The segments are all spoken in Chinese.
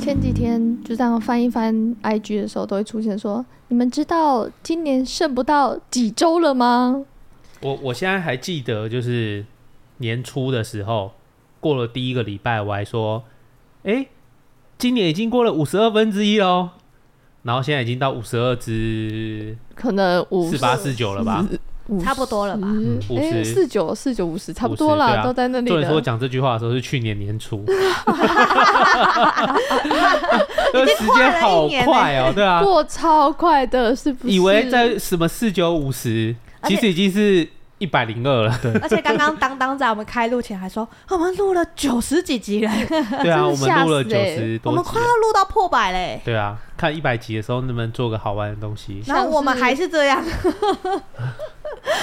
前几天就这样翻一翻 IG 的时候，都会出现说：“你们知道今年剩不到几周了吗我我现在还记得，就是年初的时候，过了第一个礼拜，我还说，哎、今年已经过了五十二分之一喽，然后现在已经到五十二之？”可能五四八四九了吧？五差不多了吧？ 五哎，十四九四九五十，差不50多对啦，啊都在那里重点是我了。讲这句话的时候是去年年初，这时间好快哦、对啊，过超快的，是不是？以为在什么四九五十，而且其实已经是一百零二了。而且刚刚当当在我们开录前还说，哦我们录了九十几集了，对啊，真我是们吓录了死九欸十我多们集快要录到破百嘞。对啊，看一百集的时候能不能做个好玩的东西。然后我们还是这样，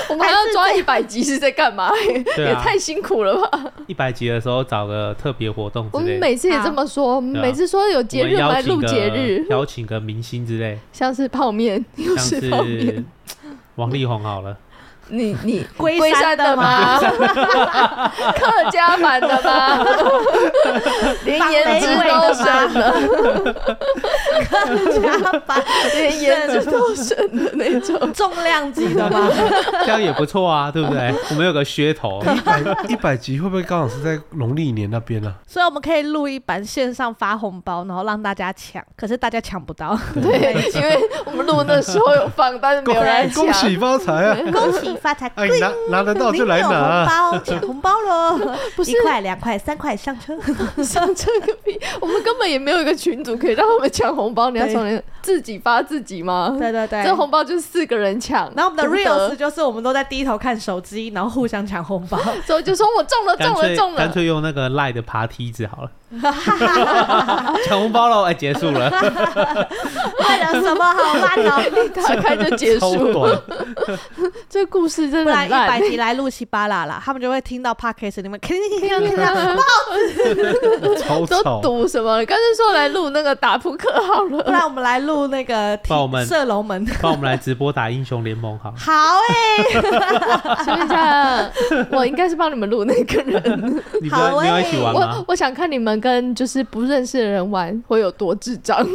我们还要抓一百集是在干嘛？对也啊，太辛苦了吧！一百集的时候找个特别活动我之们类的。每次也这么说，我们对啊每次说有节日我们我们还邀请录个节日，邀请个明星 之类，像是泡面又像是泡面是， 王力宏好了，你你龟龟山山的的吗？ 客家版的 吗？连颜值都省了， 加班连颜值都省的那种。重量级的吧？这样也不错啊，对不对？我们有个噱头， 一百一百集会不会刚好是在农历年那边啊呢、 所以我们可以录一版线上发红包，然后让大家抢，可是大家抢不到。对，因为我们录的时候有放，但是没 恭有人抢。恭喜发财 啊！ 恭喜发财，哎，拿拿得到就来拿、啊。包，抢红包 喽！不是一块、两块、三块上车。上这个屁，我们根本也没有一个群组可以让他们抢红包，你要对从人自己发自己吗？对对对，这红包就是四个人抢，然后我们的独 reels 得就是我们都在低头看手机，然后互相抢红包。所以就说我中了，干中了，脆中干了。脆用那个赖的爬梯子好了， 抢红包了，哎，结束了，为了什么好烂 哦？打开就结超束了，短，这故事真不的然很一烂百。集来录稀巴啦啦，他们就会听到 podcast 里面听听听听听。超都吵，赌什么？刚才说来录那个打扑克好不了， 然我们来录那个踢报门射龙门。帮我们来直播打英雄联盟好了。好哎、请问一下，我应该是帮你们录那个人。你不要好欸你要一起玩我吗？我想看你们跟就是不认识的人玩会有多智障。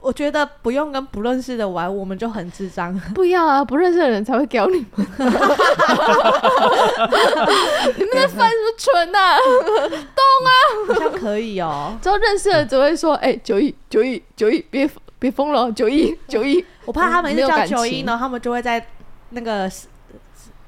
我觉得不用跟不认识的玩，我们就很智障。 不一样啊，不认识的人才会屌你们。你们在犯什么蠢啊？好像可以哦、之后认识的只会说：“哎、九亿，九亿，九亿，别别疯了，九亿，九亿。我怕他们是没有叫感九一，情然后他们就会在那个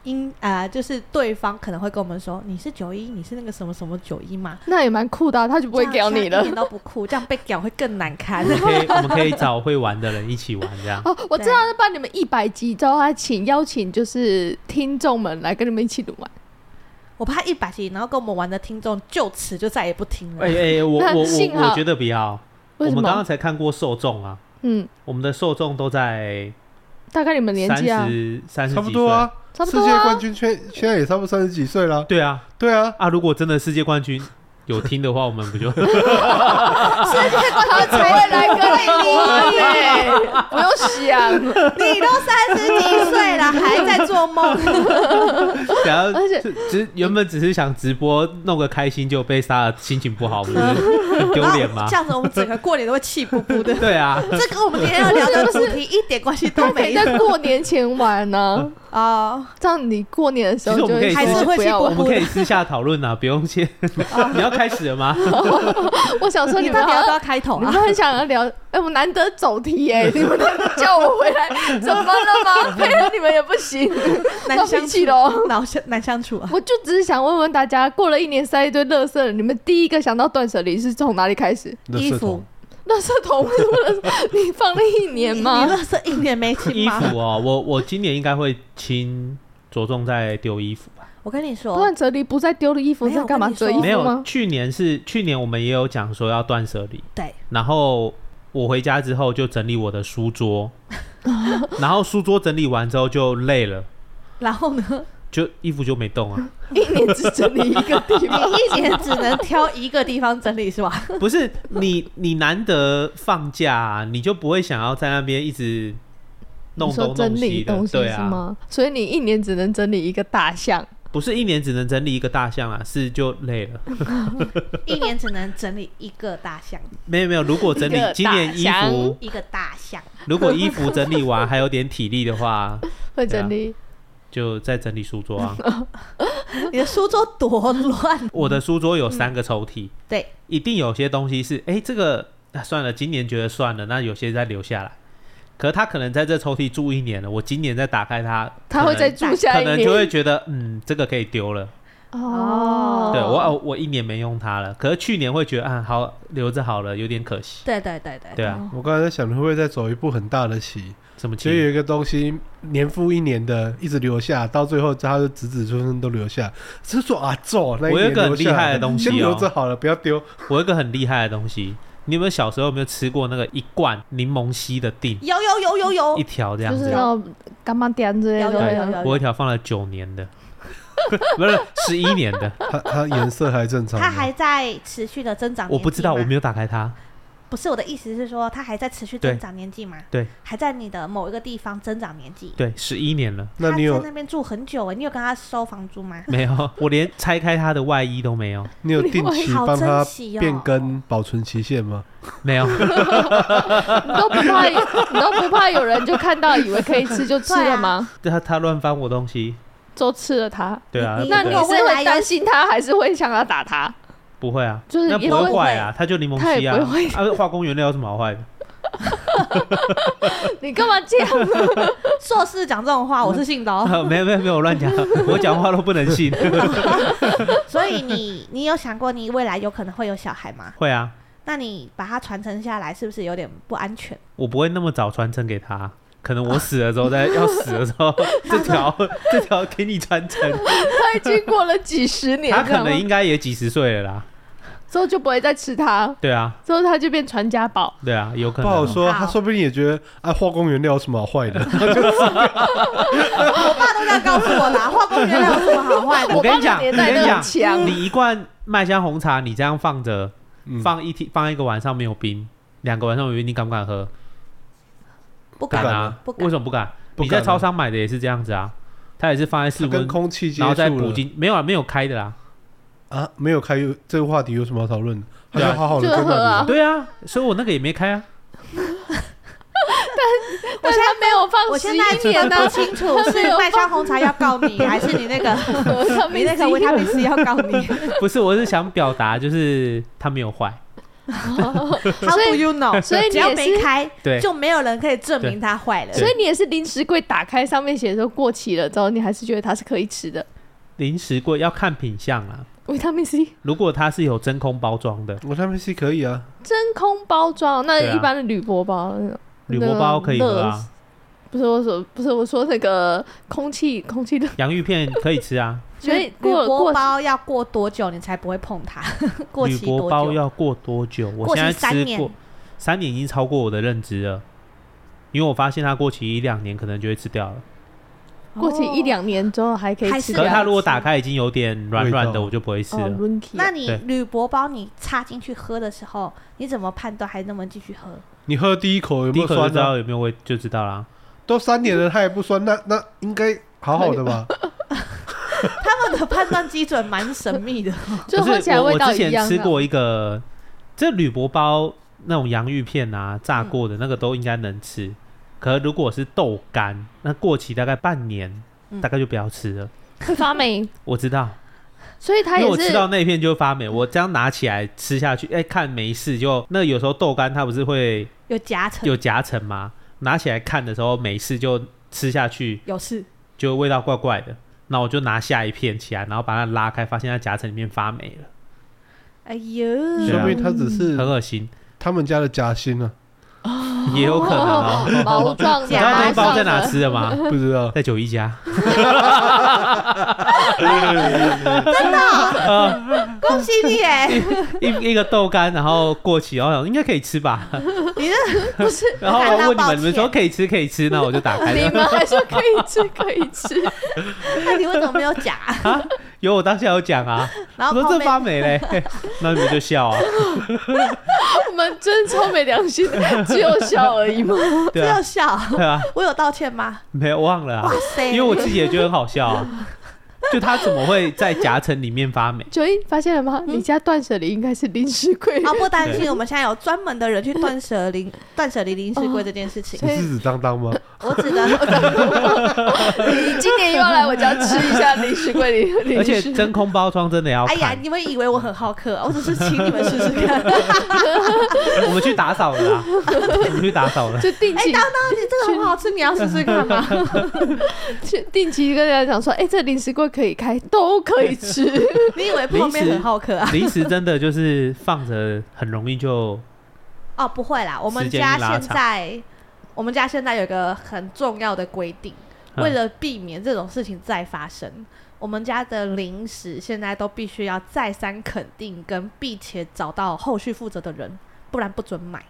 音啊、就是对方可能会跟我们说：“你是九一，你是那个什么什么九一嘛。””那也蛮酷的啊、他就不会屌这你样了一。点都不酷，这样被屌会更难堪。我们可以我们可以找会玩的人一起玩这样。哦，我知啊道，那帮你们一百集之后，还请邀请就是听众们来跟你们一起啊玩。我怕一百集，然后跟我们玩的听众就此就再也不听了。 哎哎，我那我幸我好我觉得不要，我为什们刚刚么？才看过受众啊，嗯，我们的受众都在大概你们年三纪啊，十三十差不多啊。差不世多界 啊冠。军现现在也差不多三十几岁了。对啊对啊，啊！如果真的世界冠军，有听的话，我们 不就世界观他才哎会来跟你 玩呢，不用想，你都三十几岁了，还在做梦，想要而且只只原本只是想直播弄个开心，就被杀了，心情不 好，不是很丢脸吗这？样子我们整个过年都会气不不的。对啊，这跟我们今天要聊的主题一点关系都都可 没 以有在过年前玩呢、哦。这样你过年的时候其实就我们可以还还是是会不要啊去玩。我们可以私下讨论啊，不用先。 你要开始 了吗？ 我想说你你们到底要好不像要开头你啊们？很想要聊，哎、我难得走题哎、你们叫我回来，怎么了吗？陪了你们也不行，难闹相脾处气咯，难相难相处啊！我就只是想问问大家，过了一年塞一堆垃圾了，你们第一个想到断舍离是从哪里开始？衣垃圾服桶， 垃圾桶为什么垃圾你放了一年吗你？垃圾一年没清衣吗？服哦，我我今年应该会轻着重在丢衣服吧。我跟你说，断舍离不再丢了衣服，没有在干嘛我跟你说折衣没服有，哦吗？去年是去年我们也有讲说要断舍离，对，然后我回家之后就整理我的 书桌，然后书桌整理完之后就累了，然后呢？就衣服就没动啊。一年只整理一个地你方，一年只能挑一个地方整理是吧？不是你，你难得放假、啊，你就不会想要在那边一直 弄你说东弄整西理的，东西对是啊。吗？所以你一年只能整理一个大象，不是一年只能整理一个大象啊，是就累了。一年只能整理一个大象，没有没有，如果整理一个今年衣大象服，一个大象。如果衣服整理完还有点体力的话，会整理。就再整理书桌啊。你的书桌多乱，我嗯的书桌有三个抽屉，对，一定有些东西是，哎、这个、啊、算了，今年觉得算了，那有些再留下来。可他可能在这抽屉住一年了，我今年再打开它，它会再住下可一能就年会觉得，嗯，这个可以丢了。哦。对我，我一年没用它了，可是去年会觉得啊，好留着好了，有点可惜。对对哦对对对啊，我刚才在想，你会不会再走一步很大的棋？什么就情？有一个东西年复一年的一直留下，到最后它就子子孙孙都留下，是说啊，走那一我有一年个很留下厉害的来东西先留着哦，好了，不要丢。我有一个很厉害的东西，你有没有小时候有没有吃过那个一罐柠檬烯的锭，有有有有有一条这样就是子那？种干嘛点之类有有的，有有我有一，条放了九年的， 不是十一年的，它它颜色还正常吗，啊它还在持续的增长。我不知道，我没有打开它。不是我的意思是说，它还在持续对增长年纪吗？对，还在你的某一个地方增长年纪。对，十一年了，那你他有在那边住很久哎，你有跟他收房租吗？没有， 我连拆开它的外衣都没有，你有定期好帮它珍惜哦，变更保存期限吗？没有， 你都不怕，你都不怕有人就看到以为可以吃就吃了 吗？它它乱翻我东西，就吃了它。对啊，你那对你啊是会担心它，还是会想要打它？不会啊，就是那也不会不坏啊，它就柠檬它也烯啊不会，啊化工原料有什么好坏的？ 你干嘛这样？硕士讲这种话，我是信的 哦。啊没有没有没有，我乱讲，我讲话都不能信。 所以你你有想过你未来有可能会有小孩吗？会啊，那你把它传承下来，是不是有点不安 全？我不会那么早传承给他，可能我死了之后再要死了之 后，这条这条给你传承，它已经过了几十年，他这可样吗能应该也几十岁了啦。之后就不会再吃它，对啊，之后它就变传家宝。对啊，有可不能好哦。说，他好说不定也觉得啊，化工原料有什么好坏的？我爸都这样告诉我啦，化工原料有什么好 坏的？我跟你讲，我爸那个年代我跟都你讲很强，你一罐麦香红茶，你这样放着，嗯放一天，放一个晚上没有冰，两个晚上没有冰，你敢不敢喝？不敢敢啊啊不，敢为什么不敢？不你在敢啊超商买的也是这样子啊，它也是放在室它 跟温，空气接然后再触补了进，没有啊，没有开的啦。啊，没有开这个话题有什么好讨论的？他对啊就好好的就在喝那哦啊里。对啊，所以我那个也 没开啊。但是它没有我放十现在一记年得呢不，清楚 是麦香红茶要告你，还是你那个 它你没那个维他命 C 要告你 不是，我是想表达就是它没有坏， ？How do you know？所以你只要也没是，开，对，就没有人可以证明它坏了。对所以你也是零食柜打开上面写说过期了之后，你还是觉得它是可以吃的。零食柜要看品相啦。维他命 C 如果它是有真空包装的，我他们是可以啊，真空包装，那对啊一般的铝箔包那种，铝箔包可以喝那个啊，不是我说，不是我说那个空气空气的， 洋芋片可以吃啊，所以铝过箔过包要过多久你才不会碰它？ 过铝期箔多包久？要过多久？我过期现在三吃年过三年已经超过我的认知了，因为我发现它过期一两年可能就会吃掉了。过哦去一两年之后还可以还吃是可掉。是啊它如啊果打开已经有点软软味的，道我就不会吃哦了。 ，Runky 那你对铝箔包你插进去喝的时候，你怎么判断还能不能继续喝？你喝第一口有第没有一口就酸知呢、道有没有味，就知道啦。都三年了，它也不酸，那那应该好好的吧？他们的判断基准蛮神秘 的。就可喝起来是我味我道之一样前啊。吃过一个，这铝箔包那种洋芋片啊，炸嗯过的那个都应该能吃。可如果是豆干，那过期大概半年，嗯大概就不要吃了。会发霉，我知道，所以它因为也我吃是到那片就发霉，我这样拿起来吃下去，哎、看没事就那有时候豆干它不是会有夹层，有夹层吗？拿起来看的时候没事就吃下去，有事，就味道怪怪的。那我就拿下一片起来，然后把它拉开，发现它夹层里面发霉了，哎呦，对说啊明它只很是恶心，他们家的夹心啊，也有可能哦、毛状的，你知道那一毛包状在哪的，吃的吗？ 不知道。在九一家，真的 哦，嗯恭喜你哎！一一个豆干，然后过期，然后想应该可以吃吧， 你这不是然后感我到问你抱们，你们说歉，可以吃，可以吃，那我就打开你 了。们还说可以吃，可以 吃， 那你为什么没有夹？有我当下有讲啊，然我后说泡这发面霉嘞， 那你们就笑啊，我们真的超没良心，只有笑而 已吗？不对啊要，笑，对啊， 我有道歉吗？没有忘了啊哇，塞，因为我自己也觉得很好笑 啊，就它怎么会在夹层里面发霉？九一发现了吗？你家断舍离应该是零食柜，啊，不担心，我们现在有专门的人去断舍离、 断舍离零食柜这件事情所。你以是指当当吗？我指的，你今年又要来我家吃一下零食柜里的而零且食，真空包装真的要哎呀，看，你们以为我很好客啊，我只是请你们试试看。我们去打扫 了啊，我们去打扫 了，就定哎，期当当，你这个很好吃，你要试试看 吗？去定期跟大家讲说，哎，这零食柜可以开，都可以吃， 你以为泡面很好客啊？零食真的就是放着很容易就哦，不会啦，我们时间一拉家长现在，我们家现在有一个很重要的规定，嗯为了避免这种事情再发生，我们家的零食现在都必须要再三肯定跟并且找到后续负责的人，不然不准买。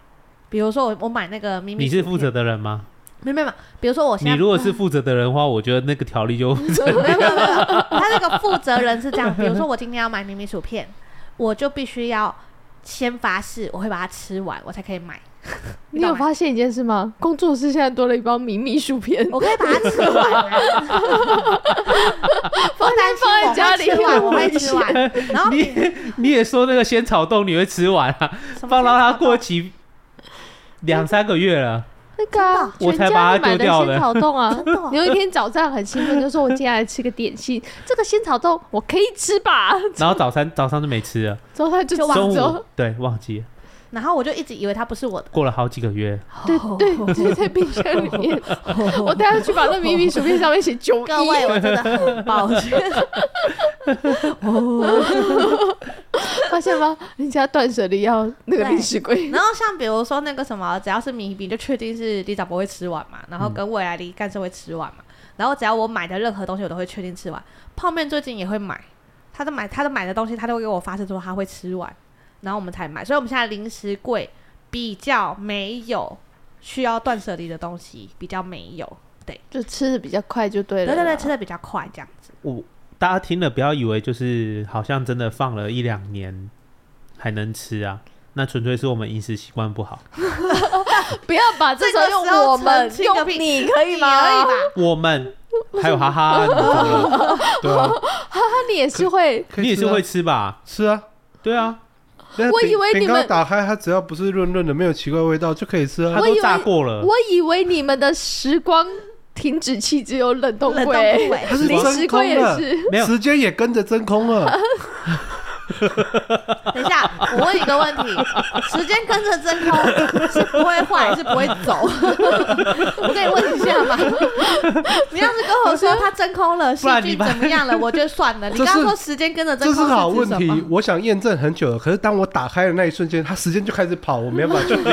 比如说我我买那个咪咪，你是负责，的人吗？没有没有，没有比如说我现你在如果是负责的人的话，我觉得那个条例就没有没有没有，没有他那个负责人是这样，比如说我今天要买咪咪薯 片，我就必须要先发誓我会把它吃完，我才可以买。你有发现一件事吗？工作室现在多了一包迷你薯片，我可以把它吃完、啊，放在放在家里吃完我会吃完，然后你 你也说那个仙草冻你会吃完啊？什么放到它过去，期两三个月 了， 那个啊真全家的我才把它买的丢掉了仙草冻啊真的哦！你有一天早上很兴奋，就说：“我今天来吃个点心，这个仙草冻我可以 吃吧然后早餐早上就没吃了，？”之后他就就忘中走午了，对忘记了，然后我就一直以为它不是我的，过了好几个月，对对对，在冰箱里 面。我等下去把那迷你薯片上面写九各一，位我真的很抱歉， 发现吗？人家断舍离要那个对零食 柜，然后像比如说那个什么，只要是米饼，就确定是李长博会吃完嘛，然后跟未来的干事会吃完嘛。然后只要我买的任何东西，我都会确定吃完。泡面最近也会买，他都买他都买的东西，他都会给我发誓说他会吃完，然后我们才买。所以我们现在零食柜比较没有需要断舍离的东西，比较没有。就吃的比较快就对对了。对对，吃的比较快这样子。我大家听了不要以为就是好像真的放了一两年还能吃啊，那纯粹是我们饮食习惯不好。不要把这这个种时候用我们澄清个用屁你可以吗？你而已吧我们还有哈哈，你怎么了对啊，那你也是会，可 你也以吃是啊会吃吧？吃啊。对啊，那我饼以为饼你干们打开，它只要不是润润的，没有奇怪味道就可以吃它啊。我以都为炸过了，我以为你们的时光停止器只有冷冻冷冻柜。柜它是零食真柜空也的，是，没有时间也跟着真空了。等一下，我问你一个问 题：时间跟着真空是不会坏，是不会 走？我可以问一下吗？你要是跟我说它真空了，细不然你菌把怎么 样了，我就算了。你这刚是刚说时间跟着真 这空是好指问什题么，我想验证很久了，可是当我打开的那一瞬间，它时间就开始跑，我没办法确定。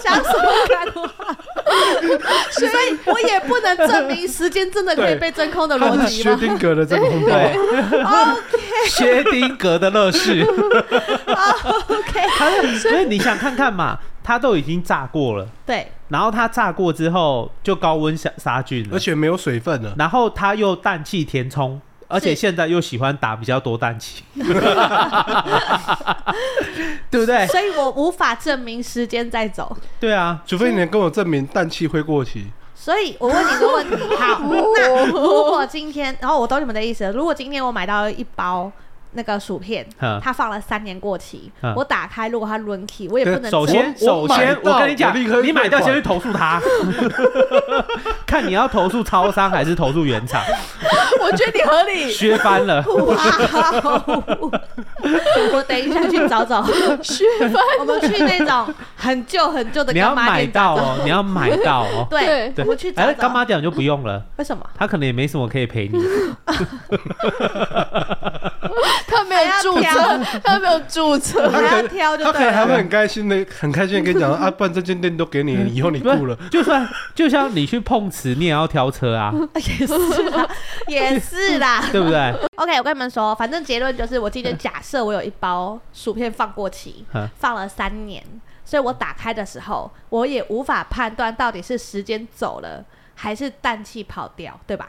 想什么干话？ 所以我也不能证明时间真的可以被真空的 它逻是辑哦薛吗定谔的 真空包，对？OK 薛丁格的乐事。 OK，所以你想看看嘛，它都已经炸过了，对，然后它炸过之后就高温杀杀菌了而，且没有水分了。然后它又氮气填充，而且现在又喜欢打比较多 氮气， 对不哎对？所以我无法证明时间在走。对啊，除非你能跟我证明氮气会过期，所以我问你一个 问题，好，哦那如果今天，然后我懂你们的意思了，如果今天我买到一包那个薯片，嗯它放了三年过期嗯，我打开，如果它轮起，我也不能首先， 我我首先，买到我跟你我立讲，刻你买掉退先款去投诉他， 看你要投诉超商还是投诉 原厂，我觉得你合理。削翻了。哇哦！我等一下去 找找， 我们去那种很旧很旧的你要干妈买店到找找。哦，你要买到哦。 对，对我们去找哎，找。干妈讲就不用了，为什么？ 他可能也没什么可以赔 你。他没有注还册，他没有注册。还要挑就他可对能还了。会很开心的，很开心的跟你 讲说啊，不然这间店都给你，以后你雇 了。就算就像你去碰瓷，你也要挑 车啊，也是 啦，也是啦。对不对？ OK，我跟你们说，反正结论就是，我今天假设我有一包薯片放过期嗯，放了三年，所以我打开的时候，我也无法判断到底是时间走了还是氮气跑掉，对吧？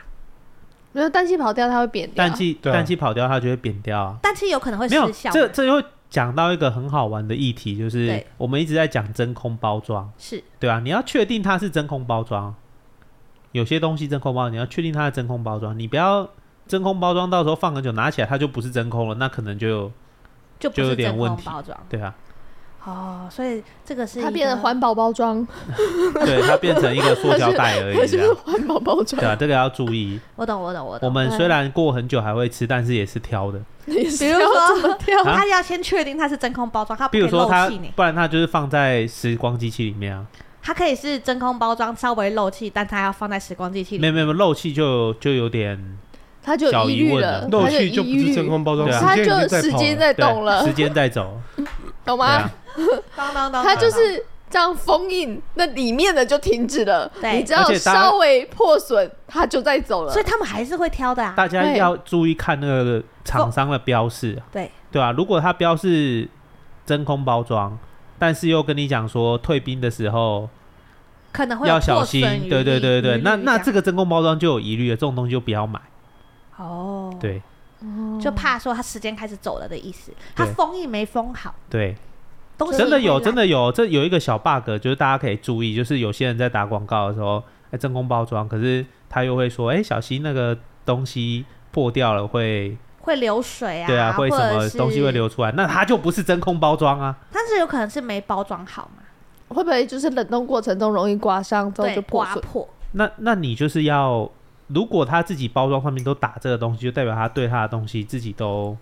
没有氮气跑掉，它会扁掉。氮气对啊氮气跑掉，它就会扁掉啊。氮气有可能会没有，失效，这这又讲到一个很好玩的议题，就是对我们一直在讲真空包装，是对啊，你要确定它是真空包装，有些东西真空包，你要确定它是真空包装，你不要真空包装，到时候放很久拿起来它就不是真空了，那可能就就不就有是点真问空题包装对 啊，哦，所以这个是它一变个成环保包装，对，它变成一个塑胶袋而它就已，这是样环保包对装， 啊，这个要注意。我懂，我懂，我我懂。们虽然过很久还会吃，但是也是挑嗯的。也是比如要 说怎么挑？啊他要先确定它是真空包装，它不比可如以说漏它气呢，。不然它就是放在时光机器里面啊，它可以是真空包装，稍微漏气，但它要放在时光机器没里。有没有没有漏气就就有点它就有疑虑了，啊漏它气就就有不疑是真虑，空包装，对啊时它间已经就在时跑间了。在对动了时，间在走，懂对吗啊？，当当当，它就当当是这样封印，那里面的就停止了，对你只要而且大家稍微破损，它就在走了所。以他们还是会挑的啊。大家对要注意看那个厂商的标示，对，对啊，如果它标示真空包装，但是又跟你讲说退冰的时候可能会有要小破心损，对对对对，疑虑那那样这个真空包装就有疑虑了，这种东西就不要买，哦，，对就怕说它时间开始走了的意思，它对封印没封好，对，东西真的有真的的有，这有一个小 bug，就是大家可以注意，就是有些人在打广告的时候，哎，真空包装，可是他又会说，哎，小心那个东西破掉了会，会流水啊，对啊，会或什者么是东西会，流出来，那它就不是真空包装啊，但是有可能是没包装好嘛，会不会就是冷冻过程中容易刮伤，之后对就，破刮损？破，那那你就是要，如果他自己包装上面都打这个东西，就代表他对他的东西自己都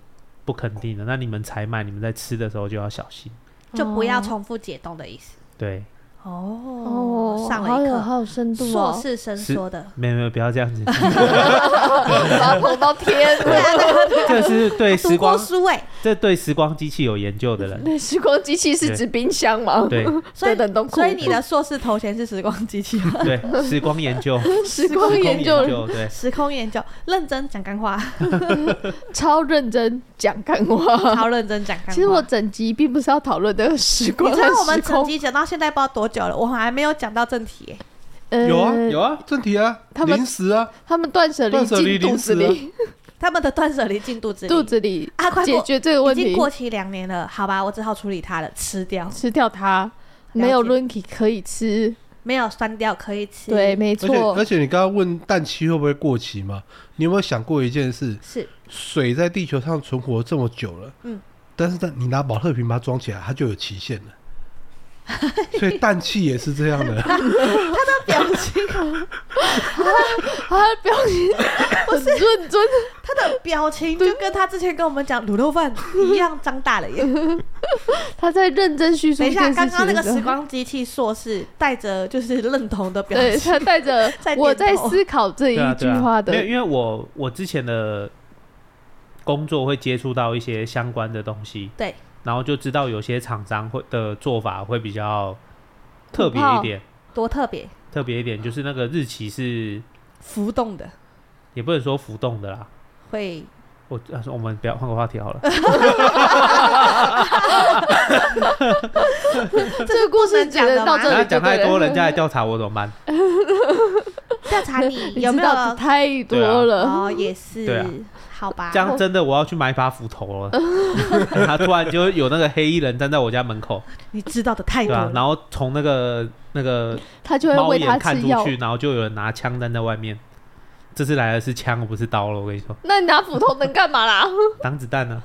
不肯定的。那你们采买，你们在吃的时候就要小心。就不要哦重复解冻的意思。对，哦上好了一有课，好有深度硕 哦，士 生是说 的，没有没有，不要这样 子，把它捧到天，对啊，这是对读时过光，书哎，这对时光机器有研究的人。那时光机器是指冰箱吗？对所以对冷冻库所以你嗯的硕士头衔是时光机器吗对，时光研究，时 时光光研研究究，对， 时空研究，认真讲干 话，超认真讲干话。超认真讲干话。其实我整集并不是要讨论这个 时你光知道我和们时整空，集讲到现在不知道多久了，我还没有讲到正题耶。呃有啊有啊，正题啊，他们零食啊，呃他们断舍离断舍离进肚子零里，他们的断舍离进肚子里，肚子里啊快过解决这个问已题经，过期两年了，好吧，我只好处理它了，吃掉。吃掉它。解没有 Lunky 可以吃，没有酸掉可以吃，对，，没而且错 而，且你刚刚问氮气会不会过期嘛？你有没有想过一件事？是水在地球上存活这么久了，嗯，但是呢，你拿保特瓶把它装起来，它就有期限了。 所以氮气也是这样的，表情，他的表情很认真， 他的表情就跟他之前跟我们讲卤肉饭一样张大了 耶。他在认真叙述等一下，件刚事刚那情的个时时候。光机器硕士带着就是认同的表对情，他带着 在点头我在思考这对啊一对句啊话，没有，的因为我我之前的工作会接触到一些相关的东西，对，然后就知道有些厂商会的做法会比较特别一点，多特别，特别一点就是那个日期是浮动的也不能说浮动的啦，会我他说我们不要换个话题好了。这这个故不事能讲讲得的到吗？这里大家就讲太对了多，人家来调查我怎么办？调查你有 你没知道有？太多了，哦，也是，对啊好吧这。样真的我要去买一把斧头了。他突然就有那个黑衣人站在我家门口，你知道的太对多吧、了。然后从那个那个他就会猫喂他眼看吃出药。去，然后就有人拿枪站在外面。这次来的是枪，不是刀了。我跟你说，那你拿斧头能干嘛啦？挡子弹呢、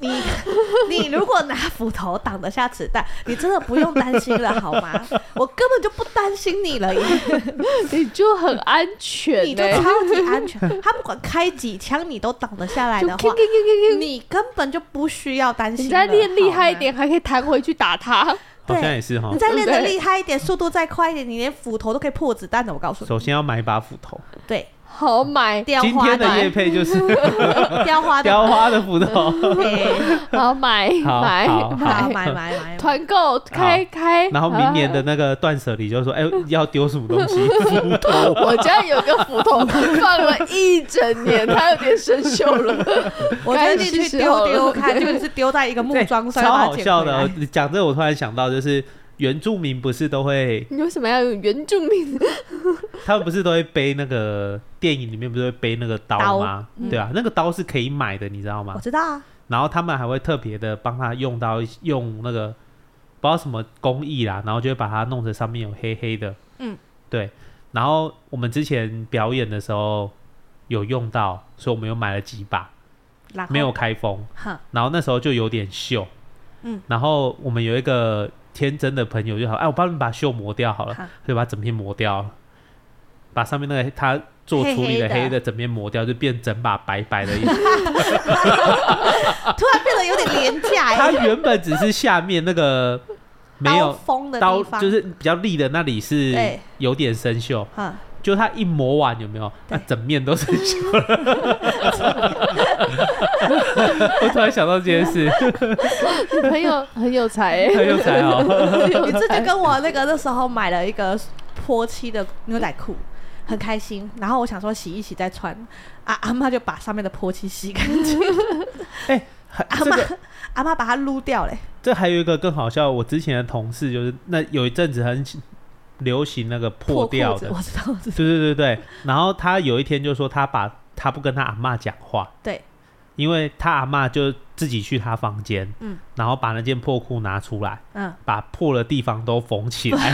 你 你如果拿斧头挡得下子弹，你真的不用担心了，好吗？我根本就不担心你了耶， 你就很安全、欸， 你就超级安全。他不管开几枪，你都挡得下来就的 King 话 King，King King King 你根本就不需要担心。你再练厉害一，点，还可以弹回去打他。好像对也是哈你。再练对得不对厉害一点，速度再快一点，你连斧头都可以破子弹的。我告诉你，首先要买一把斧头。对，好买，雕今花天的的夜配就是 雕花的，雕花的斧头。对， 好买，好买好好买买，买 买，买团购开开。然后明年 的那个断舍离就说，哎、要丢什么东西？斧头。 我家有个斧头放了一整年，它有点生锈了。我决定去丢丢看，该结果是丢在一个木对桩上，超把它好捡笑回的哦来。。你讲这个我突然想到，就是原住民不是都会， 你为什么要用原住民？他们不是都会背那个电影里面不是会背那个刀刀吗？嗯对啊，那个刀是可以买的，你知道我吗？知道啊，然后他们还会特别的帮他用到一用那个不知道什么工艺啦，然后就会把它弄成上面有黑黑的。嗯，对。然后我们之前表演的时候有用到，所以我们又买了几把，然后没有，开封。哼，然后那时候就有点锈，嗯，然后我们有一个天真的朋友就好，哎，我帮你把锈磨掉好了，好就把整片磨掉了，把上面那个他做处理的黑黑的黑的整片磨掉，就变整把白白的一。 突然变得有点廉价 它欸，原本只是下面那 个没刀有锋的刀地，方，就是比较利的那里是对有点生锈，哼，就它一磨完有没有，那对整面都生锈 了。 我突然想到这件 事，你朋友 很有才、欸，很有才哦。你这就跟我那个那时候买了一个泼漆的牛仔裤。很开心，然后我想说洗一洗再穿，啊阿妈就把上面的泼漆洗干净，还阿哎这妈个阿妈把它撸掉嘞，这还有一个更好笑，我之前的同事就是那有一阵子很流行那个破破掉裤子的，我知道，我知道，对对对对。然后他有一天就说他把他不跟他阿嬷讲话，对，因为他阿嬷就自己去他房间，嗯，然后把那件破裤拿出来，嗯，把破的地方都缝 起来，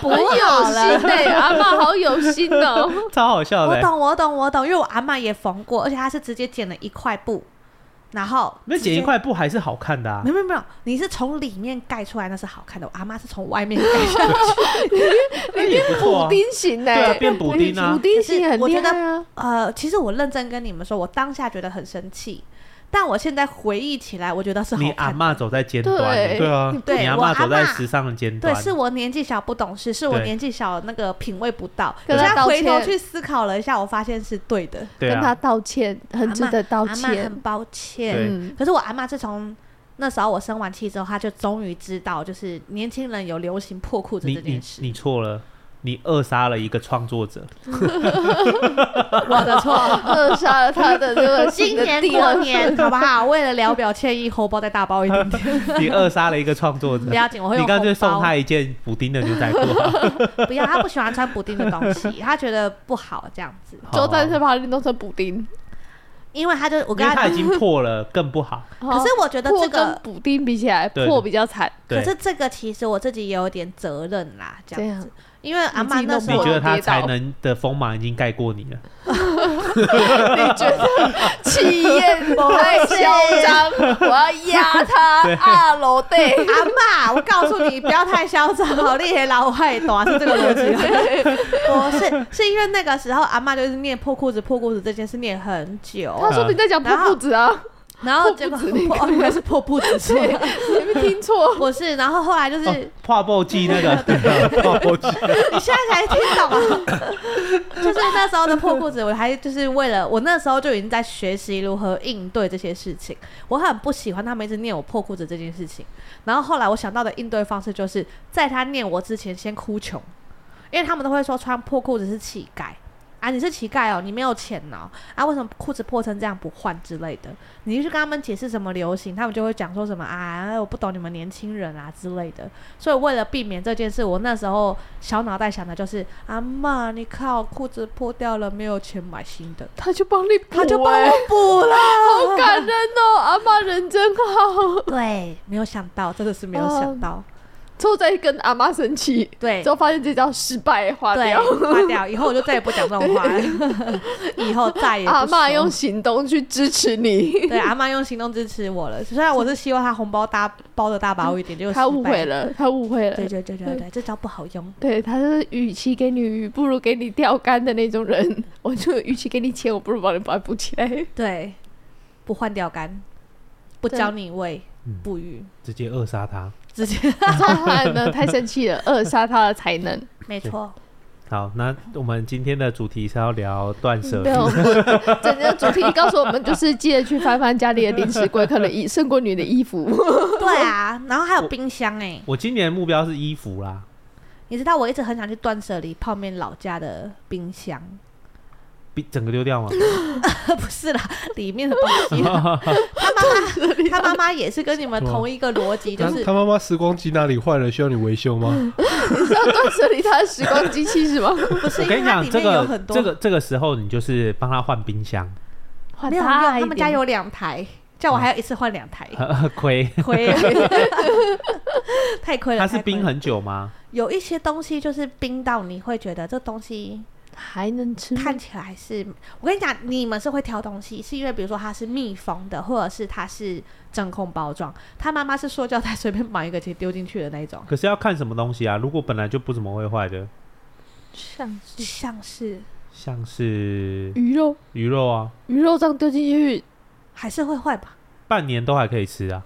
很有心哎、阿妈好有心哦、 超 好笑的、我欸。懂我懂我懂，因为我阿妈也缝过，而且她是直接剪了一块布，然后那直接剪一块布还是好看的啊没，有没有没有，你是从里面盖出来，那是好看的。我阿妈是从外面盖下来，那也不错啊补。丁型对哎、啊，变补丁啊补，丁型很厉害啊！呃，其实我认真跟你们说，我当下觉得很生气，但我现在回忆起来，我觉得是你好阿看嬷的。走在尖端欸、对对啊，对你阿我嬷阿走在嬷时尚的尖对，端，是我年纪小不懂事，是我对年纪小那个品味不到。跟现他在道回头歉去思考了一下，我发现是对的。对跟他啊，道歉，很值得道阿妈歉很。抱歉对，嗯，可是我阿妈自从那时候我生完气之后，她就终于知道，就是年轻人有流行破裤子你这件你事。你错了，你扼杀了一个创作者。我的错， 嗯扼杀了他的这个今新的年 第过二 年好不好？为了聊表歉意，红包再大包一点点， 你扼杀了一个创作者不。要紧，我会你用干脆红送他包。一件补丁的牛 仔裤好了。不要，他不喜欢穿补丁的东西，他觉得不好这样子，好周丹是把它弄成补丁，因为他就我因跟为他他讲，已经破了，更不好。可是我觉得破这跟个，补丁比起来，对破比较惨。对可，是这个其实我自己也有点责任啦，这这样样子，因为阿妈你自己那弄时你候觉得他跌倒才能的锋芒已经盖过你了？你觉得 气焰太嚣张，我要压他二楼对。 阿妈，我告诉你，不要太嚣张，哦好厉害，老外短是这个逻辑吗。 不是，是因为那个时候阿妈就是念破裤子、破裤子这件事念很久，他说你在讲破然后裤子啊，然后结果破 哦，原来是破布子是吗？你没听错？不是，然后后来就是、哦，画报记 那个画报记，你现在才听懂啊， 就是那时候的破裤子，我还就是为了我那时候就已经在学习如何应对这些事情，我很不喜欢他们一直念我破裤子这件事情，然后后来我想到的应对方式就是在他念我之前先哭穷，因为他们都会说穿破裤子是乞丐。啊，你是乞丐哦，你没有钱哦，啊，为什么裤子破成这样不换之类的？你去跟他们解释什么流行，他们就会讲说什么啊，我不懂你们年轻人啊之类的。所以为了避免这件事，我那时候小脑袋想的就是，阿妈，你看我裤子破掉了，没有钱买新的，他就帮你补、欸，他就帮我补了，好感人哦，阿妈人真好。对，没有想到，真的是没有想到，之后再跟阿妈生气，对之。后发现这招失败，花对，掉。花掉，以后我就再也不讲这种话 了，以后再也不阿妈说用行动去支持你，对，阿妈用行动支持我了。虽然我是希望她红包大包的大包一点，结果他失误败会。了，嗯他误会了。对对对对对，这招不好用。对，他是与其给你鱼，不如给你钓竿的那种人。 我就与其给你钱，我不如帮你把它补起来。对，不换钓竿，不对教你喂嗯，不育，直接扼杀他。直接杀他呢，太生气了，扼杀他的才能。没错。好，那我们今天的主题是要聊断嗯舍对，离。我哦们整个主题告诉我们，就是记得去翻翻家里的零食柜，可能以胜过你的衣服。 对啊，然后还有我冰箱哎，我今年的目标是衣服啦，你知道我一直很想去断舍离泡面老家的冰箱， 比整个丢掉吗？不是啦，里面的东西 啦。他妈妈，他妈妈也是 跟你们什么同一个逻辑，就他是嗯他妈妈时光机哪里坏了，需要你维修吗？你是要断舍离他的时光机器是吗？不是我因跟为你它讲，里这面有个很多这个这个时候，你就是帮他换冰箱， 换没有用，大一他们点家有两台，叫我还要一次换两台。亏。亏， 太亏了。嗯它是太亏了冰很久吗？有一些东西就是冰到你会觉得这东西还能吃吗？看起来是，我跟你讲，你们是会挑东西，是因为比如说它是密封的，或者是它是真空包装。他妈妈是塑胶袋， 随便绑一个就丢进去的那一种，可是要看什么东西啊？如果本来就不怎么会坏的，像是像是像是鱼肉，鱼肉啊，鱼肉这样丢进去，还是会坏吧。半年都还可以吃啊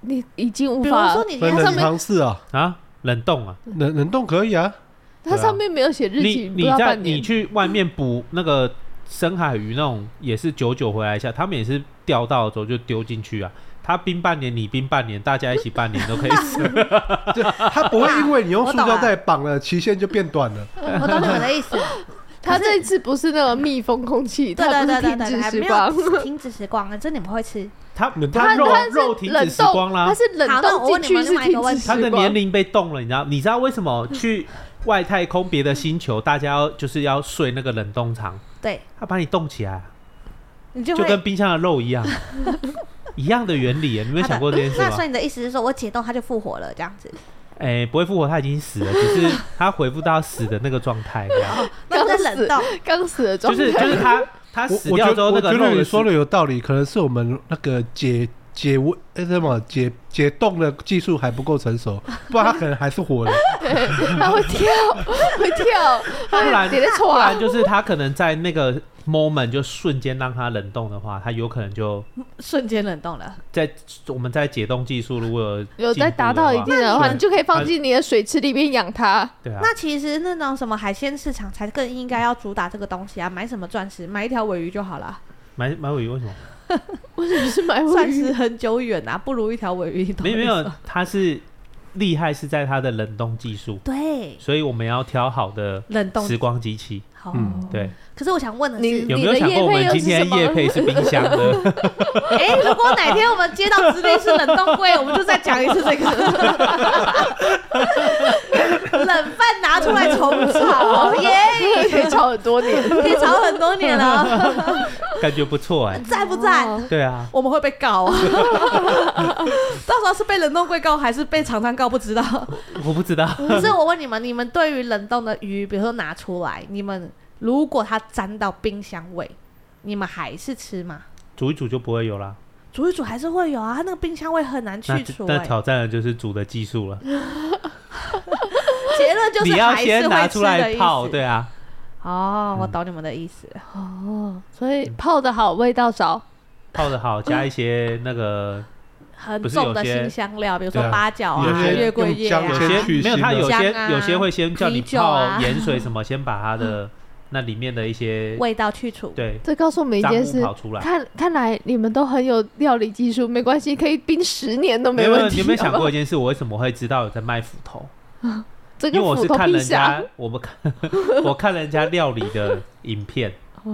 你已经无比如法说。你分连它冷上面藏室啊，啊，冷冻啊。冷冷冻可以啊。它上面没有写日你期，不你到在半你年。去外面捕那个深海鱼那种，也是久久回来一下，他们也是钓到之后就丢进去啊。他冰半年，你冰半年，大家一起半年都可以 吃。就它不会因为你用我塑懂胶了袋绑了，期限就变短了。我懂你们的意思，它这一次不是那个密封空气，对它对不是对对停对对，止时没光，有停止时光啊，这你们会吃。他冷冻他肉它是肉停止冷时光冻，啦它，是冷好那我冻问进去你们另外是一个停问止题时他光。的年龄被冻了，你知道？你知道为什么去外太空别的星球，大家要就是要睡那个冷冻舱？对，他把你冻起来，啊你就就会跟冰箱的肉一 样，一样的原理耶。你没有想过这件事那吗所？以你的意思是说我解冻它就复活了这样子？哎、不会复活，他已经死了，只是他恢复到死的那个状 态，这样那刚在死冷冻，刚死的就状态，是就是他他我死我觉掉之得我觉后那个肉得的你是说的有道理，可能是我们那个解解温那什么解解冻的技术还不够成 熟，不然它可能还是活的。对， 它会跳，会跳， 不然你在不错啊然就是他可能在那个 moment 就瞬间让他冷冻的话，他有可能就瞬间冷冻了。在我们在解冻技术如果有在进步的达到一定的话，话，你就可以放进你的水池里面养它。对啊，那其实那种什么海鲜市场才更应该要主打这个东西啊，买什么钻石，买一条尾鱼就好了。买买尾鱼为什么？为什么 是买尾钻石鱼？很久远啊，不如一条尾鱼。你懂没有我没意思有吗，它是厉害是在它的冷冻技术，对，所以我们要挑好的冷冻时光机器。好、嗯对，可是我想问的是，有没有你的想过我们业配又今是什天么夜配是冰箱 的？哎、如果哪天我们接到指令是冷冻柜，我们就再讲一次这 个。冷饭拿出来重炒耶，可以炒很多 年。可以炒很多年 了，感觉不错哎、在不在？哦对啊，我们会被告啊！到时候是被冷冻柜告，还是被厂商告？不知道。我不知道，可是我问你们，你们对于冷冻的鱼，比如说拿出来，你们如果它沾到冰箱味，你们还是吃吗？煮一煮就不会有啦。煮一煮还是会有啊，它那个冰箱味很难那去除、那欸。挑战的就是煮的技术了，结论就是你要还是先拿会吃出的来意泡，思。对嗯啊，哦，我懂你们的意思。哦，所以泡的好，味道少。泡 的好，加一些那个很不是重的有些新香料，比如说对啊八角啊有、些月桂叶用姜有先些啊。去没有，腥它的有些姜啊有些会先叫你啤酒啊泡盐水什么，先把它 的那里面的一些味道去除，对这告诉我们一脏件物事，跑出来。看看来你们都很有料理技术，没关系，可以冰十年都没有，问题。你有没有想好不过好一？件事？我为什么会知道有在卖斧头？这因为个我斧是头看屁人侠家，我们看我看人家料理的影片， 哦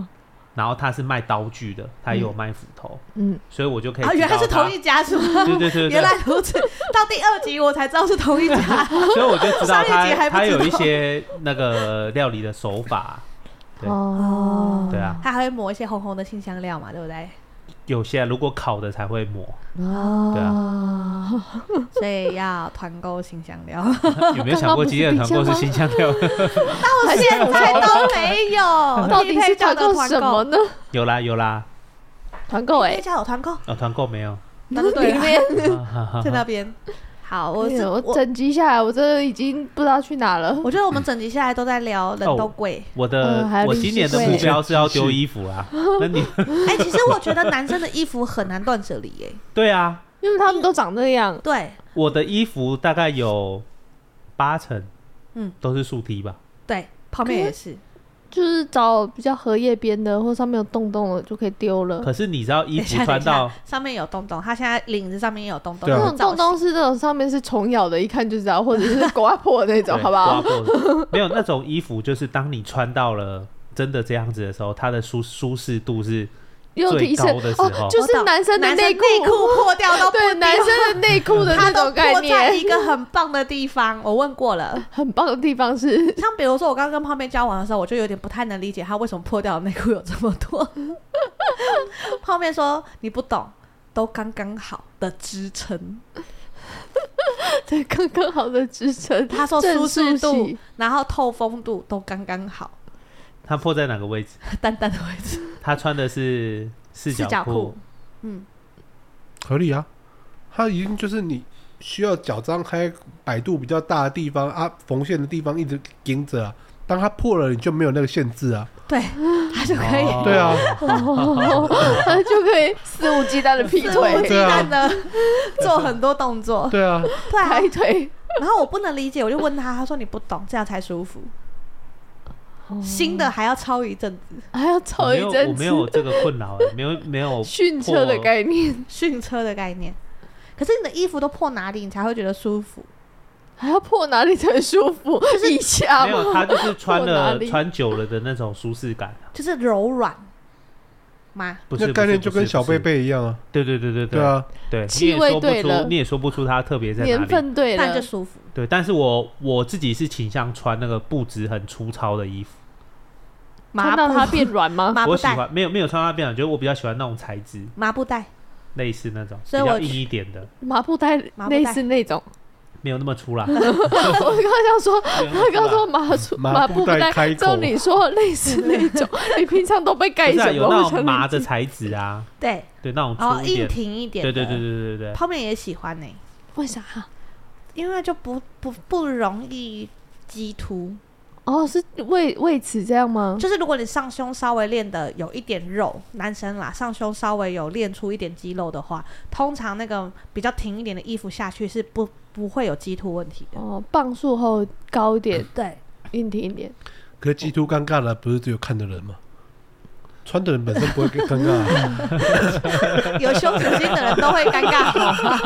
然后他是卖刀具的，他也有卖斧头，嗯，所以我就可以啊，知原来道是他同一家是吗？对对 对对原来如此。到第二集我才知道是同一家。 所以我就知道上一集他还不他有知一道些那个料理的手法，对哦，对啊，他还会抹一些红红的清香料嘛，对不对？有些如果烤的才会抹， 对啊哦，所以要团购清香 料，有没有想过今天的团购是新香料？到现在都没有。 到底是团购什么呢？ 有啦有啦，团购叶哎，家有团购，呃，团购没 有，那就对里了，面在那 边。好，我是哎我我，整集下来，我真的已经不知道去哪了。我觉得我们整集下来都在哦聊冷冻柜。我的呃嗯还有我零食今年的柜目标是要丢衣 服啦，那你哎，其实我觉得男生的衣服很难断舍离耶。对啊，因为他们都长那样，对我的衣服大概有八成，嗯，都是竖梯吧。对，泡面也是。就是找比较荷叶边的，或上面有洞洞的就可以丢了。可是你知道衣等一服下，等穿一到下，上面有洞洞，他现在领子上面也有洞洞，对啊那那种洞洞是那种上面是虫咬的，一看就知道，或者是刮破的那种，对好不好？刮破的没有那种衣服，就是当你穿到了真的这样子的时候，它的舒舒适度是又提升最高的时候哦，就是男生的男内内裤，裤破掉都不对，男生的内裤的 他那都种概破在一念，个很棒的地方。我问过了， 很棒的地方是， 像比如说我刚跟泡面交往的时候，我就有点不太能理解他为什么破掉的内裤有这么多。泡面说你不懂，都刚刚好的支撑。对，刚刚好的支撑。他说舒适正数度系，然后透风度都刚刚好，它破在哪个位置？淡淡的位置。他穿的是四四角裤裤，嗯，合理啊。它已经就是你需要脚张开、摆度比较大的地方啊，缝线的地方一直盯着啊。当它破了，你就没有那个限制啊。对，他就可以 哦对啊，哦， 就可以肆无忌惮的劈肆无忌腿，对啊惮的做很多动作。对啊，对啊抬腿， 然后我不能理解，我就问他，他说你不懂，这样才舒服。新的还要抄一阵子，还要我凑没一有我阵没有子，这个困扰、欸，没有 没有训车的破概念，训车的概念。可是你的衣服都破哪里，你才会觉得舒服？还要破哪里才舒服？腋下没吗？有，他就是穿破哪了里穿久了的那种舒适感啊，就是柔软吗？不是那概念不是就不是跟小不是贝贝一样啊。对对对对对啊，对，你气也味说不对了出，你也说不出它特别在哪年里。份对那了就，舒服。对，但是我我自己是倾向穿那个布质很粗糙的衣服，麻看到它布变软吗？麻我布喜袋，欢没有没有穿它变软，觉得我比较喜欢那种材质，麻布袋，类似那种比所以我较硬一点的，麻布袋麻布袋类似那种， 没有那么粗啦。我刚刚想说，他刚说麻粗麻布布袋袋，开口照你 说类似那种，你平常都被盖不是啊，什有么？那我种想哦麻你的材质啊，对，对，那种然后粗一硬点。挺一点对的。对对对对对，泡面也喜欢呢、为啥？因为就不不不容易激突。哦，是为为此这样吗？就是如果你上胸稍微练的有一点肉，男生啦，上胸稍微有练出一点肌肉的话，通常那个比较挺一点的衣服下去是不不会有激突问题的。哦，磅数后高一点，对，硬挺一点。可是 G two 尴尬的不是只有看的人吗？穿的人本身不会尴尬 嗯啊、 有羞耻心的人都会尴尬，好吗？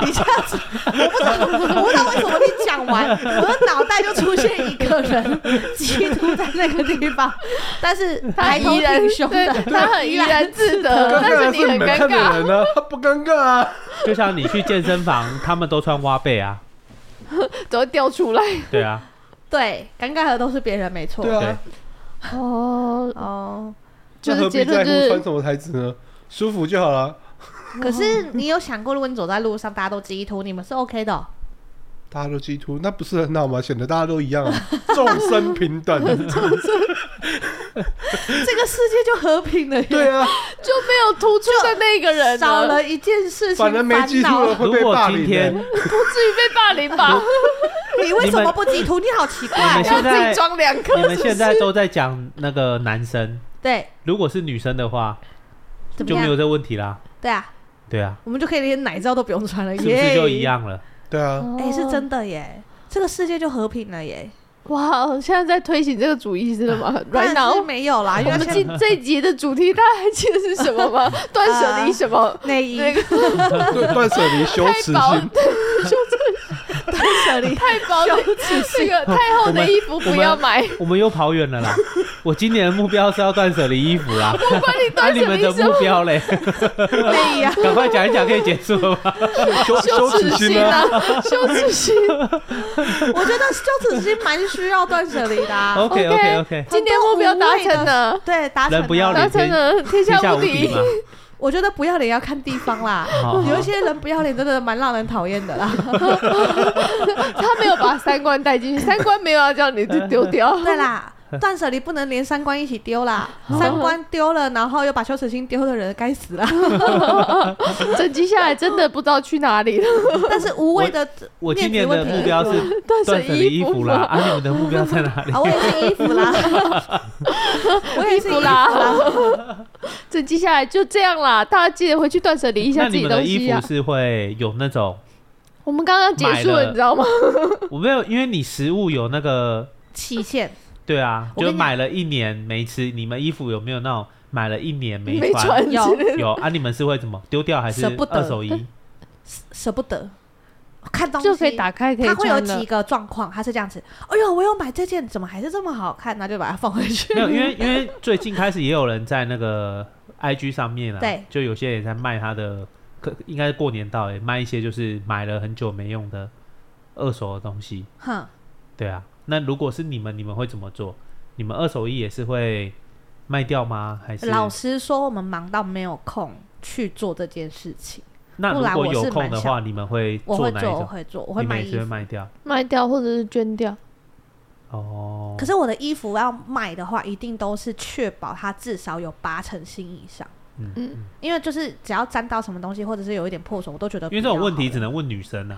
你这样子，我不知道，我不知道为什么你讲完，我的脑袋就出现一个人激突在那个地方，但是他抬头依然挺胸对的，他很怡然自尴尬得，但的是你是很没尴看的尬。人啊，他不尴尬啊。 就像你去健身房，他们都穿挖背啊，都会掉出来。对啊，对，尴尬的都是别人，没错。对啊，哦，哦，就那是何结必在论就乎穿是什么材质呢？舒服就好了。 可是你有想过，如果你走在路上，大家都激突，你们是 OK 的哦、大家都 G two，那不是很好吗？显得大家都一样、啊，众生平等。 这个世界就和平了耶，对啊，就没有突出的那个人少了，了一件事情反而烦没恼。 G two 了会如被果霸今凌欸天的。你不至于被霸凌 吧？你为什么不激突？你好奇怪们哦。现自己在装两颗。你们现在都在讲那个男生， 对，如果是女生的话，怎么就没有样？这个问题啦。对啊，对啊，我们就可以连奶罩都不用穿了，是不是耶就一？样了？对啊，哎、是真的耶，这个世界就和平了耶。哇！现在在推行这个主义是吗？Right 当然是 now，没有啦，因我为们现今这一集的主题大家还记得是什么 吗？断舍离什么？ 内衣那个 断断舍离羞耻太薄心， 这里太薄的这个太厚的衣服不要买，我们又跑远了啦。我今年的目标是要断舍离衣服啦。我管你断舍啊你离们的什么目标嘞？ 累呀，赶快讲一讲，可以结束了吗？羞羞耻心啊！啊，羞耻 心。我觉得羞耻心蛮需要断舍离的啊。 OK OK OK，今天目标达成了，对，达成哦人不要了脸达成了，天天下下无无敌敌嘛。。我觉得不要脸要看地方啦好好，有一些人不要脸真的蛮让人讨厌的啦。他没有把三观带进去，三观没有要叫你去丢 掉。对啦，断舍离不能连三观一起丢 啦，哦三观丢了，然后又把羞耻心丢的人该死 啦。整集下来真的不知道去哪里了，但是无谓的我今面年子问的题目标是断断舍离衣服啦。嘛，啊，你们的目标在哪 里啊，？我也是衣服 啦，我也是衣服啦，整集下来就这样啦。大家记得回去断舍离一那下自你己们东的西衣啊服。是会有那种？我们刚刚结束买了，了你知道吗？我没有，因为你食物有那个，期限。对啊，我跟就你买了一年没吃。你们衣服有没有那种买了一年没没穿？穿有之类的有啊，你们是会怎么丢掉还是舍不得二手衣？舍不得看东西，就可以打开，可以它会有穿了几。个状况，它是这样子。哎呦，我有买这件，怎么还是这么好看？那就把它放回去。 没有，因为因为最近开始也有人在那个 IG 上面啊，对就有些人在卖他的，可应该是过年到了，卖一些就是买了很久没用的二手的东西。 哼，对啊，那如果是你们，你们会怎么做？你们二手衣也是会卖掉吗？还是老实说，我们忙到没有空去做这件事情。那不如然果我有是空蛮的想话，你们会我会哪一做，我种？会做，我会你买们也衣是会服。卖掉卖掉或者是捐掉，哦。可是我的衣服要卖的话，一定都是确保它至少有八成新以上，嗯，嗯因为就是只要沾到什么东西，或者是有一点破损，我都觉得因为这不要种问题好只能问女生啊，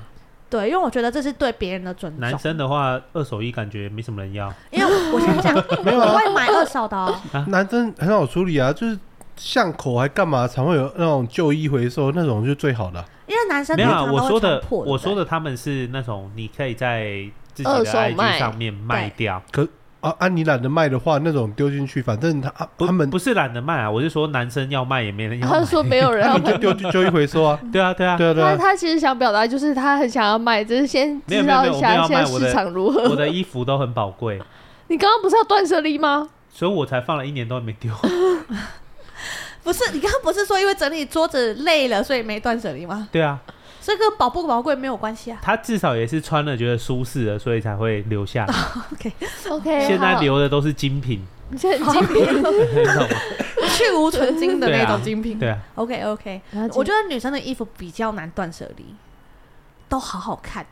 对，因为我觉得这是对别人的尊重。男生的话，二手衣感觉没什么人要。因为我先讲，没有我啊，会买二手的、哦，男生很好处理啊，就是巷口还干嘛，常会有那种旧衣回收，那种就是最好的啊。因为男生没有通啊，常我都会说的穿，破我说的的他们是那种你可以在自己的二手 IG 卖上面卖掉，啊，安、你懒得卖的话，那种丢进去，反正他啊不他们不是懒得卖啊，我是说男生要卖也没人要他 买。说没有人 要他们就买。丢去旧衣回收 啊。对啊，对啊，对啊对他啊，他其实想表达就是他很想要卖，只是先没有知没有道没有一下我没有现要卖在我的市场如我何。的衣服都很宝贵， 你刚刚不是要断舍离吗？所以我才放了一年都没丢。 不是你刚刚不是说因为整理桌子累了，所以没断舍离吗？对啊，这个宝不宝贵没有关系啊。他至少也是穿了觉得舒适了，所以才会留下来。 OK，现在好留的都是精品，现在精品，你知道吗？去无存精的对那啊种精品。对啊， OK OK，我我觉得女生的衣服比较难断舍离，都好好看，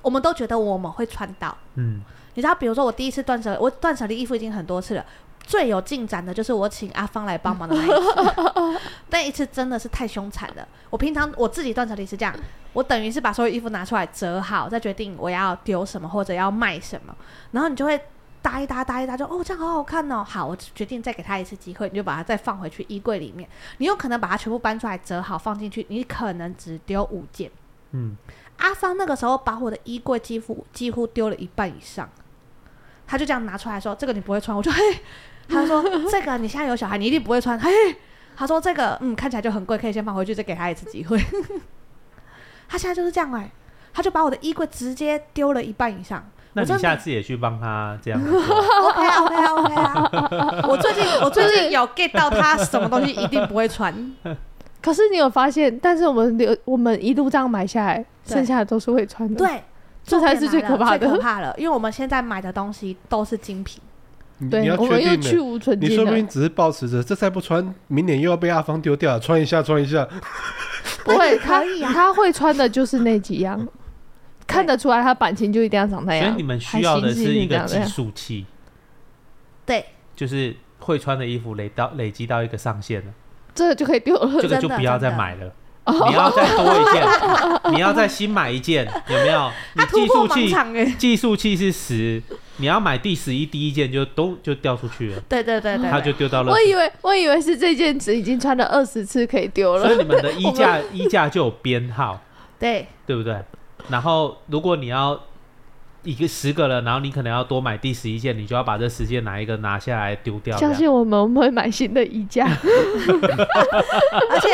我们都觉得我们会穿到。嗯，你知道，比如说我第一次断舍，我断舍离衣服已经很多次了。最有进展的就是我请阿芳来帮忙的那一次， 那一次真的是太凶残了。我平常我自己断舍离是这样，我等于是把所有衣服拿出来折好，再决定我要丢什么或者要卖什么，然后你就会搭一搭搭一搭，就哦这样好好看哦，好，我决定再给他一次机会，你就把它再放回去衣柜里面，你有可能把它全部搬出来折好放进去，你可能只丢五件。嗯，阿芳那个时候把我的衣柜几乎几乎丢了一半以上，他就这样拿出来说：“这个你不会穿。”我就嘿， 他说：“这个你现在有小孩，你一定不会穿。”嘿，他说：“这个嗯，看起来就很贵，可以先放回去，再给他一次机会。” 他现在就是这样哎、他就把我的衣柜直接丢了一半以上。那我你真的下次也去帮他这样子做 OK 啊 OK 啊 OK 啊！我 最近我最近有 get 到他什么东西一定不会穿，可是你有发现，但是我们留我们一路这样买下来，对剩下的都是会穿的。， 对，这才是重点来最可怕了的最可怕了，因为我们现在买的东西都是精品。你你对，要我们确又去定的。无存你金说不了定，只是抱持着这再不穿，明年又要被阿芳丢掉了，穿一下穿一下。不 会，他可以他会穿的就是那几样，看得出来他版型就一定要长那所以样你。们需要的是一个啊还行计是数器，对，就是会穿的衣服累到累积到一个上限了，这 个就可以丢了。 这个就真的不要再真的买 了。你要再多一件，你要再新买一件，有没 有？你他突计破数盲器，场哎、计数器是十，你要买第十一第一件就都就掉出去了， 对对对对，它就丢到了我。以为 我以为是这件纸已经穿了二十次可以丢所了以，你 们的衣架衣架就有编号，对对不对？然后如果你要一个十个了，然后你可能要多买第十一件，你就要把这十件哪一个拿下来丢掉。这相样信我们，我们会买新的衣 架。而且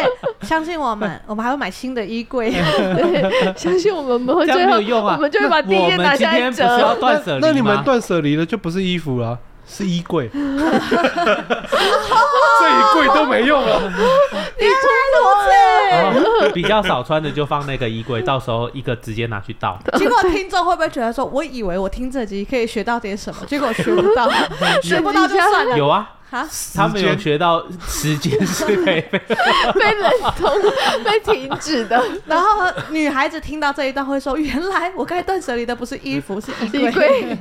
相信我们，我们还会买新的衣 柜。对，相信我们，我们会这最样没后有用啊我们就会把第一我件拿们今下来天不是要折。断舍离吗那你们断舍离了就不是衣服了，是衣柜， 这一柜都没用了。然后 比较少穿的就放那个衣柜，到时候一个直接拿去倒。结果听众会不会觉得说，我以为我听这集可以学到点什 么，结果学不 到，学不到就算了。有啊，啊，他们有学到时间是可以被 被冷 冻、被停止的 然后女孩子听到这一段会说：“原来我该断舍离的不是衣服，是衣柜。衣柜，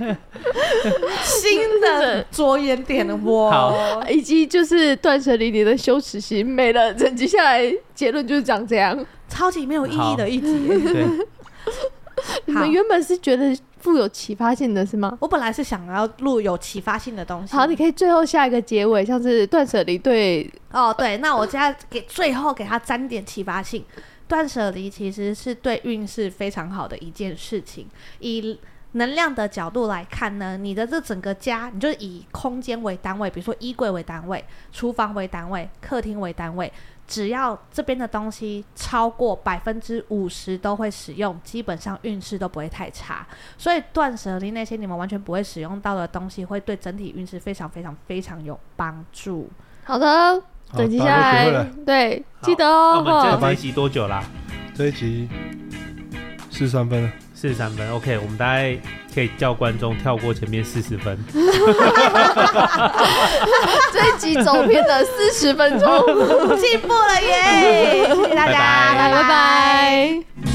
新 的着眼点了我。好以及就是断舍离你的羞耻心没了。整集下来结论就是长这样。超级没有意义的一集。对，你们原本是觉得富有启发性的是吗？我本来是想要录有启发性的东西。好，你可以最后下一个结尾，像是断舍离对哦，对，那我现在给最后给他沾点启发性。断舍离其实是对运势非常好的一件事情。以能量的角度来看呢，你的这整个家，你就是以空间为单位，比如说衣柜为单位、厨房为单位、客厅为单位，只要这边的东西超过百分之五十都会使用，基本上运势都不会太差。所以断舍离那些你们完全不会使用到的东西，会对整体运势非常非常非常有帮助。好的，好整集下大家都学会来了对，记得那哦我。们吼这这一集多久啦？这一集四十三分了，四十三分，OK，我们大概可以叫观众跳过前面四十分。这一集走遍了四 十分钟，进步了耶！谢谢大家，拜拜拜。